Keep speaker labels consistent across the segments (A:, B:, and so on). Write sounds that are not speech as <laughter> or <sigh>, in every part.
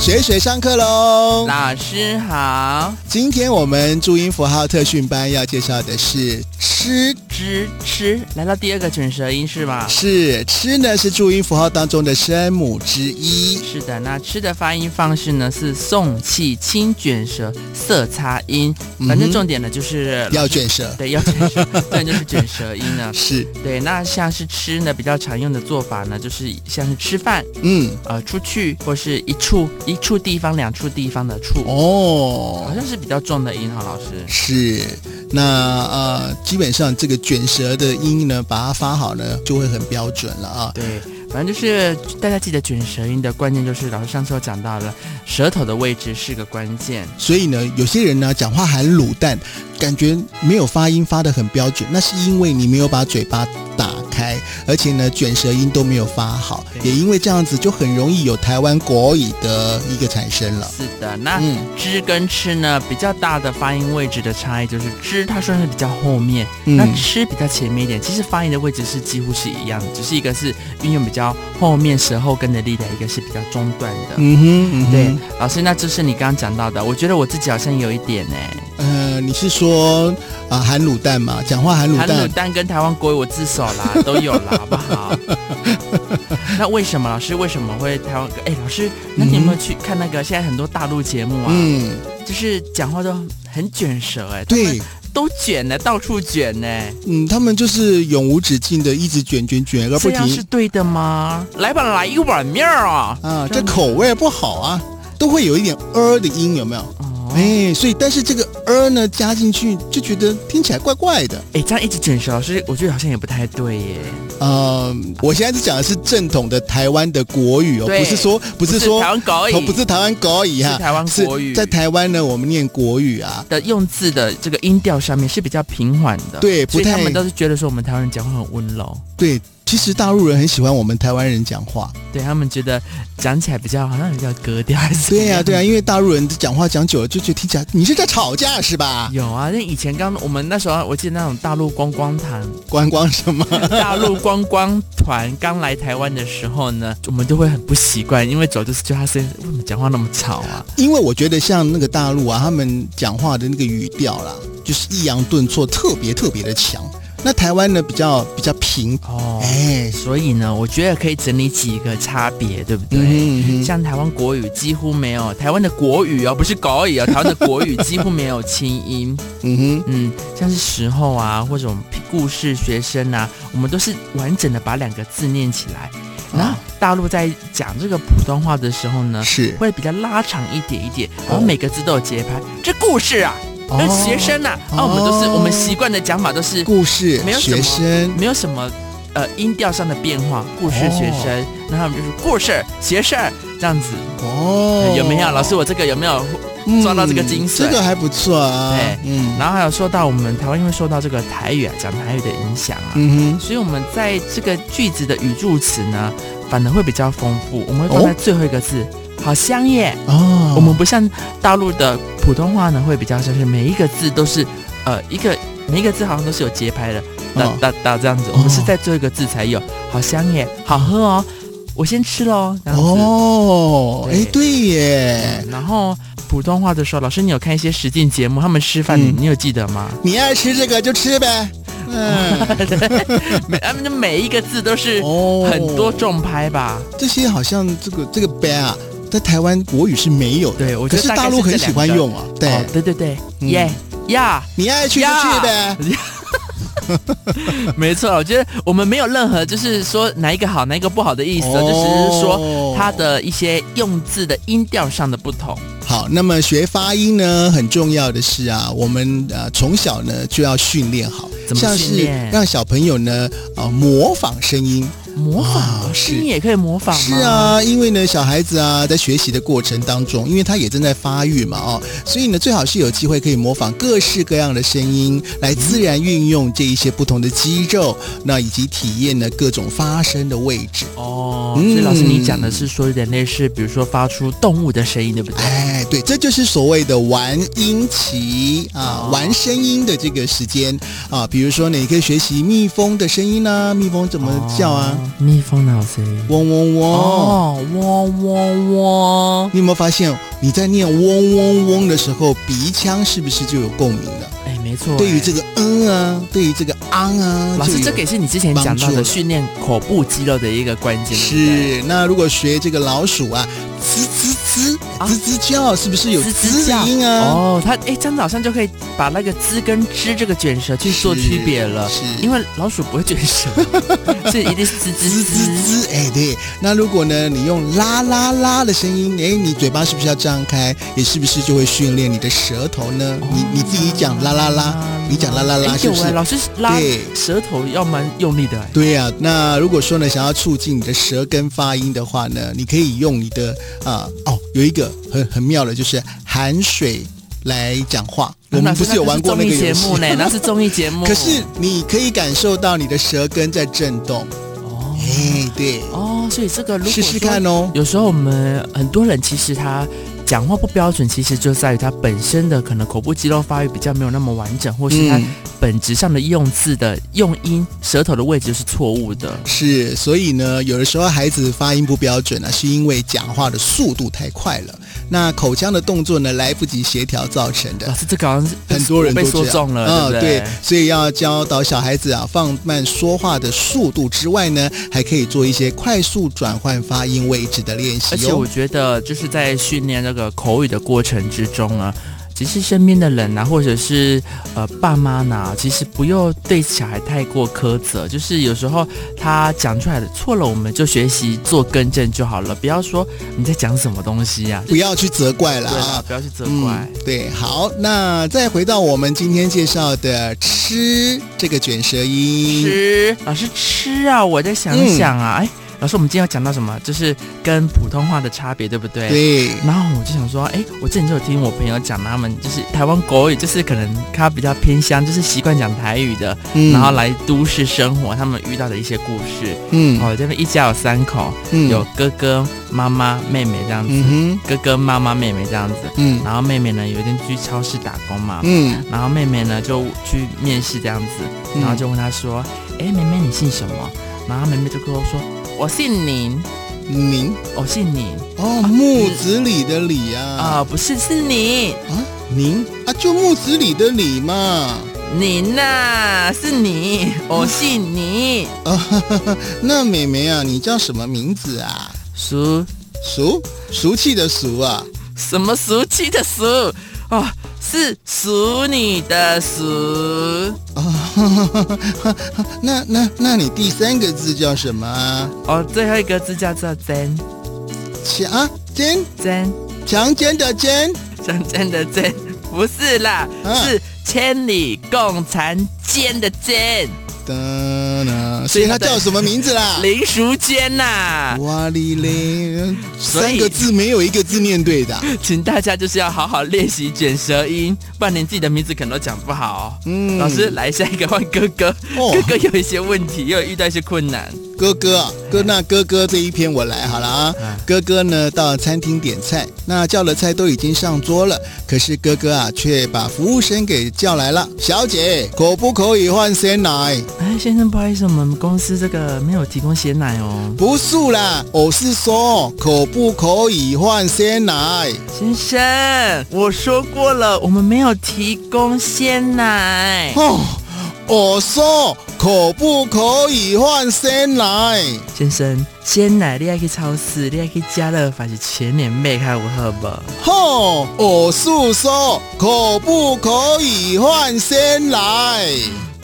A: 学学上课喽！
B: 老师好，
A: 今天我们注音符号特训班要介绍的是“吃
B: 吱吃，来到第二个卷舌音是吗”，？
A: 是“吃”呢是注音符号当中的声母之一。
B: 是的，那吃的发音方式呢是送气轻卷舌色擦音，
A: 嗯
B: 反正
A: 哼
B: 重点呢就是
A: 要卷舌，
B: 对要卷舌，不然就是卷舌音呢。 <laughs>
A: 是，
B: 对，那像是吃呢比较常用的做法呢，就是像是吃饭、
A: 嗯，
B: 呃出去或是一处一处地方两处地方的处，好
A: 哦，
B: 像是比较重的音哈，老师。
A: 是。那呃，基本上这个卷舌的音呢，把它发好呢，就会很标准了啊。
B: 对，反正就是大家记得卷舌音的关键就是老师上次有讲到了，舌头的位置是个关键。
A: 所以呢，有些人呢讲话含卤蛋，感觉没有发音发的很标准，那是因为你没有把嘴巴打开，而且呢卷舌音都没有发好，
B: 对
A: 也因为这样子就很容易有台湾国语的一个产生了。
B: 是的，那
A: 嗯
B: 知跟吃呢比较大的发音位置的差异就是知它算是比较后面，那
A: 嗯，
B: 吃比较前面一点。其实发音的位置是几乎是一样的，只是一个是运用比较后面舌后根的力量，一个是比较中段的。
A: 嗯哼，嗯哼
B: 对，，老师，那这是你刚刚讲到的，我觉得我自己好像有一点欸呢、
A: 呃，你是说啊、含卤蛋嘛？讲话含卤
B: 韩
A: 蛋
B: 卤，蛋跟台湾国语我自首啦，都有
A: <laughs>
B: 啦，好不好？那为什么老师为什么会台湾？哎，老师，那你有没有去看那个现在很多大陆节目啊？
A: 嗯，
B: 就是讲话都很卷舌哎、他们
A: 对，
B: 都卷呢，到处卷呢，
A: 嗯，他们就是永无止境的一直卷卷卷而不
B: 这样是
A: 停
B: 对的吗？来吧，来一碗面儿啊！
A: 啊，这
B: 这样
A: 口味不好啊，都会有一点呃的音，有没有？
B: 哦，
A: 哎，所以但是这个呃呢加进去就觉得听起来怪怪的。
B: 哎，这样一直卷舌，老师我觉得好像也不太对耶。
A: 嗯，我现在是讲的是正统的台湾的国语哦，
B: 对
A: 不是说不是说
B: 台湾国
A: 哦
B: 语，
A: 不是台湾国语哈，
B: 是台湾国语
A: 是在台湾呢，我们念国语啊，
B: 的用字的这个音调上面是比较平缓的，
A: 对不
B: 哦所以他
A: 太
B: 们都是觉得说我们台湾人讲话很温柔。
A: 对。其实大陆人很喜欢我们台湾人讲话，
B: 对他们觉得讲起来比较好像比较格调还是
A: 对呀、对呀、
B: 呀、
A: 因为大陆人讲话讲久了就觉得听起来你是在吵架是吧？
B: 有啊，那以前刚我们那时候，我记得那种大陆观光
A: <laughs>
B: 团、
A: 观光什么？
B: 大陆观光团刚来台湾的时候呢，我们都会很不习惯，因为主要就是觉得他声音为什么讲话那么吵啊？
A: 因为我觉得像那个大陆啊，他们讲话的那个语调啦，就是抑扬顿挫特别特别的强。那台湾呢比较比较平，
B: 哦，
A: 哎，
B: 所以呢，我觉得可以整理几个差别，对不
A: 嗯
B: 对？
A: 哼嗯哼
B: 像台湾国语几乎没有，台湾的国语哦，不是国语哦，台湾的国语几乎没有清音，
A: 嗯哼，
B: 嗯，像是时候啊，或者我们故事学生啊，我们都是完整的把两个字念起来。然后大陆在讲这个普通话的时候呢，
A: 啊是
B: 会比较拉长一点一点，然
A: 哦
B: 后每个字都有节拍。这故事啊，这学生啊，啊，我们都是
A: 哦
B: 我们习惯的讲法都是
A: 故事
B: 没有什
A: 学
B: 么
A: 生，
B: 没有什么呃音调上的变化。故事学
A: 哦
B: 生，然后我们就是故事学生这样子，
A: 哦，
B: 有没有？老师，我这个有没有
A: 嗯
B: 抓到这个精髓
A: 这个还不错啊。
B: 对
A: 嗯，
B: 然后还有说到我们台湾因为受到这个台语啊讲台语的影响啊，
A: 嗯
B: 所以我们在这个句子的语助词呢，反而会比较丰富，我们会放
A: 哦
B: 在最后一个字，好香耶。
A: 哼，哦，
B: 我们不像大陆的普通话呢，会比较像是每一个字都是呃一个每一个字好像都是有节拍的，哒
A: 哦
B: 哒哒这样子。我们是在最后一个字才有，好香耶，好喝哦，我先吃喽，这样子。
A: 哦，
B: 对
A: 哎，对耶，
B: 然后普通话的时候，老师你有看一些实境节目，他们吃饭，你、
A: 嗯
B: 你有记得吗？ <laughs>
A: 你爱吃这个就吃呗。嗯，
B: 每他们的每一个字都是
A: 哦
B: <laughs> 很多重拍吧？
A: 这些好像这个这个 bear 啊，在台湾国语是没有的，
B: 对，我觉
A: 可
B: 得
A: 是
B: 大概
A: 大陆
B: 这
A: 很喜欢
B: 两个
A: 用啊。对，
B: 哦、对对对，
A: 嗯
B: 耶呀，
A: 你爱去就去呗。
B: 没错，我觉得我们没有任何就是说哪一个好哪一个不好的意
A: 哦
B: 思，就只是说
A: 说
B: 它的一些用字的音调上的不同。
A: 好，那么学发音呢，很重要的是啊，我们呃从小呢就要训练好，
B: 怎么
A: 像
B: 训
A: 是
B: 练
A: 让小朋友呢啊、呃模仿声音。
B: 模仿
A: 啊
B: 哦
A: 是
B: 声音也可以模仿
A: 是
B: 吗？，
A: 啊，因为呢小孩子啊在学习的过程当中，因为他也正在发育嘛哦，所以呢最好是有机会可以模仿各式各样的声音，来自然运用这一些不同的肌肉，那以及体验呢各种发声的位置。
B: 哦，所
A: 嗯
B: 以老师你讲的是说有点类似，比如说发出动物的声音，对不对？
A: 哎，对，这就是所谓的玩音期啊
B: 哦，
A: 玩声音的这个时间啊。比如说呢，你可以学习蜜蜂的声音啊，蜜蜂怎么叫啊？
B: 蜜蜂哪有声音？
A: 嗡嗡嗡。
B: 哦，嗡嗡嗡。
A: 你有没有发现，你在念嗡嗡嗡的时候，鼻腔是不是就有共鸣了？
B: 哎，没错。
A: 对于这
B: 个，
A: 个嗯啊，对于这个昂啊，
B: 老师，
A: 就有
B: 这个也是你之前讲到
A: 帮助了
B: 的训练口部肌肉的一个关键。对
A: 是。那如果学这个老鼠啊，吱吱吱
B: 啊
A: 吱吱叫，是不是有
B: 吱吱
A: 吱
B: 叫
A: 的音啊？
B: 哦，它哎，这样子好像就可以把那个“滋”跟“吱”这个卷舌去做区别了，
A: 是
B: 因为老鼠不会卷
A: <laughs>
B: 舌，所以一定是“滋滋
A: 吱吱 <laughs>
B: 滋
A: 吱，哎，对。那如果呢，你用啦啦啦的声音，哎，你嘴巴是不是要张开？也是不是就会训练你的舌头呢？
B: 哦
A: 你你自己讲啦啦啦，你讲啦啦啦，
B: 哎
A: 是不
B: 有哎，
A: 是？
B: 老师拉
A: 对
B: 舌头要蛮用力的哎，
A: 对呀、那如果说呢，想要促进你的舌根发音的话呢，你可以用你的啊、哦，有一个很很妙的，就是含水来讲话。我们不是有玩过那
B: 那
A: 个
B: 是综艺
A: 游
B: 节
A: 戏
B: 目？呢？那是综艺节目，
A: <laughs> 可是你可以感受到你的舌根在震动。
B: 哦
A: 哎，对，
B: 哦，所以这个如果
A: 试试
B: 说
A: 看哦。
B: 有时候我们很多人其实他讲话不标准，其实就在于他本身的可能口部肌肉发育比较没有那么完整，或是他
A: 嗯
B: 本质上的用字的用音、舌头的位置是错误的。
A: 是，所以呢，有的时候孩子发音不标准呢、是因为讲话的速度太快了，那口腔的动作呢来不及协调造成的
B: 老。师，这个好像是
A: 很多人都
B: 啊被
A: 这样
B: 说中了，
A: 嗯，
B: 对不
A: 对，所以要教导小孩子啊，放慢说话的速度之外呢，还可以做一些快速转换发音位置的练习
B: 而且
A: 哦
B: 我。觉得，就是在训练那个口语的过程之中呢，其实身边的人呐、或者是呃爸妈呐、其实不要对小孩太过苛责。就是有时候他讲出来的错了，我们就学习做更正就好了，不要说你在讲什么东西呀、
A: 不要去责怪了
B: 对啦
A: 啊，，
B: 不要去责怪。，
A: 对，好，那再回到我们今天介绍的“吃”这个卷舌音，
B: 吃，老师吃啊！我再想
A: 嗯
B: 想啊，哎、老师，我们今天要讲到什么？就是跟普通话的差别，对不对？
A: 对，
B: 然后我就想说，哎，我之前就有听我朋友讲，他们就是台湾国语，就是可能他比较偏乡，就是习惯讲台语的，
A: 嗯
B: 然后，来都市生活，他们遇到的一些故事。
A: 嗯，
B: 哦，这边一家有三口，
A: 嗯
B: 有，哥哥、妈妈、妹妹这样子，
A: 嗯
B: 哥哥、妈妈、妹妹这样子。
A: 哼，嗯，
B: 然后妹妹呢，有一天去超市打工嘛，
A: 嗯，
B: 然后妹妹呢就去面试这样子，然后就问她说，哎，妹妹你姓什么？然后妹妹就跟我说，我姓宁，
A: 您，
B: 我姓宁
A: 哦，木子李的李啊，
B: 啊、不是是你。
A: 啊，您啊，就木子李的李嘛。
B: 你呐，是你，我姓你，
A: 那妹妹啊，你叫什么名字啊？
B: 俗
A: 俗俗气的俗啊，
B: 什么俗气的俗哦，是俗你的俗
A: 啊 <laughs> 那那那你第三个字叫什么啊？
B: 哦，最后一个字叫做真
A: 强啊坚
B: 真，
A: 强奸的奸
B: 讲真的真，不是啦，
A: 嗯
B: 是千里共婵娟的娟，
A: 的呢？所以它叫什么名字啦？
B: 林淑娟呐、
A: 哇哩嘞，
B: 所
A: 三
B: 以
A: 个字没有一个字面对的啊、
B: 请大家就是要好好练习卷舌音，不然连自己的名字可能都讲不好、哦。
A: 嗯
B: 老师，来下一个换哥哥，
A: 哦
B: 哥哥有一些问题，又有遇到一些困难。
A: 哥哥啊，哥那哥哥这一篇我来好了啊
B: 嗯。
A: 哥哥呢到餐厅点菜，那叫的菜都已经上桌了，可是哥哥啊却把服务生给叫来了。小姐，可不可以换鲜奶？
B: 哎，先生，不好意思，我们公司这个没有提供鲜奶哦。
A: 不是啦，我是说可不可以换鲜奶？
B: 先生，我说过了，我们没有提供鲜奶。
A: 哦，我说可不可以换鲜奶？
B: 先生，鲜奶你爱去超市，你爱去家乐福还是全年麦开有喝不？
A: 吼、我是说可不可以换鲜奶？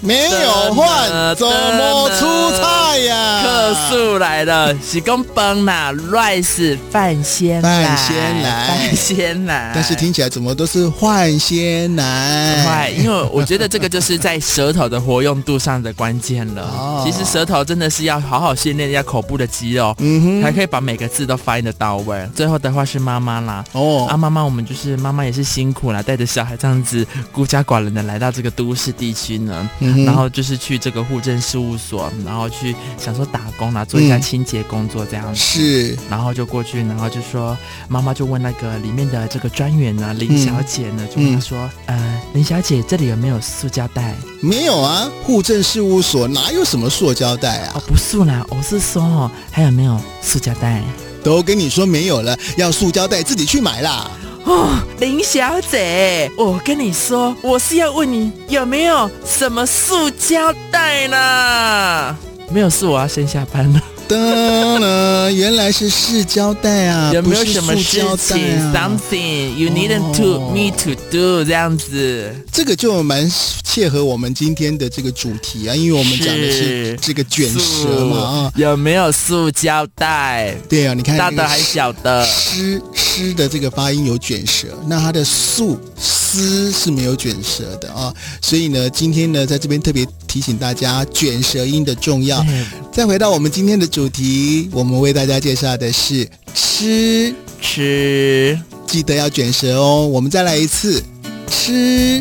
A: 没有换怎么出菜呀、
B: 客诉来了，是公崩啦，rice 饭鲜奶，
A: 饭鲜奶
B: 饭鲜奶。
A: 但是听起来怎么都是换鲜奶？
B: 快，因为我觉得这个就是在舌头的活用度上的关键了。
A: 哦
B: 其实舌头真的是要好好训练一下口部的肌肉，
A: 嗯
B: 才
A: 哼，
B: 可以把每个字都发音的到位。最后的话是妈妈啦。
A: 哦
B: 啊，，妈妈，我们就是妈妈也是辛苦啦，带着小孩这样子孤家寡人的来到这个都市地区呢，
A: 嗯哼
B: 然后就是去这个户政事务所，然后去想说打工啦，做一下
A: 嗯
B: 清洁工作这样子。
A: 是
B: 然后就过去，然后就说妈妈就问那个里面的这个专员呢，林小姐
A: 嗯
B: 呢，就问她说，呃，林小姐这里有没有塑胶袋？
A: 没有啊？户政事务所哪有什么塑胶袋啊
B: 哦？，不塑啦，我是说哦，还有没有塑胶袋？
A: 都跟你说没有了，要塑胶袋自己去买
B: <laughs>
A: 啦。
B: 哦，林小姐，我跟你说，我是要问你有没有什么塑胶袋啦？没有，是我要先下班了。
A: 噔噔，原来是市胶带啊，
B: 有没有
A: 不是
B: 什么
A: 塑
B: 事
A: 胶袋
B: 情、
A: 啊
B: s o m e t h i n g you needn't to、
A: 哦
B: me to do 这样子？
A: 这个就蛮切合我们今天的这个主题啊，因为我们讲的是
B: 是
A: 这个卷舌嘛啊，
B: 有没有塑胶袋？
A: 对啊，你看
B: 大
A: 这个
B: 的还是小的？
A: 诗诗的这个发音有卷舌，那它的素丝是没有卷舌的啊，所以呢，今天呢，在这边特别提醒大家卷舌音的重要。
B: 对
A: 再回到我们今天的主题，我们为大家介绍的是吃，
B: 吃
A: 记得要卷舌哦。我们再来一次，吃。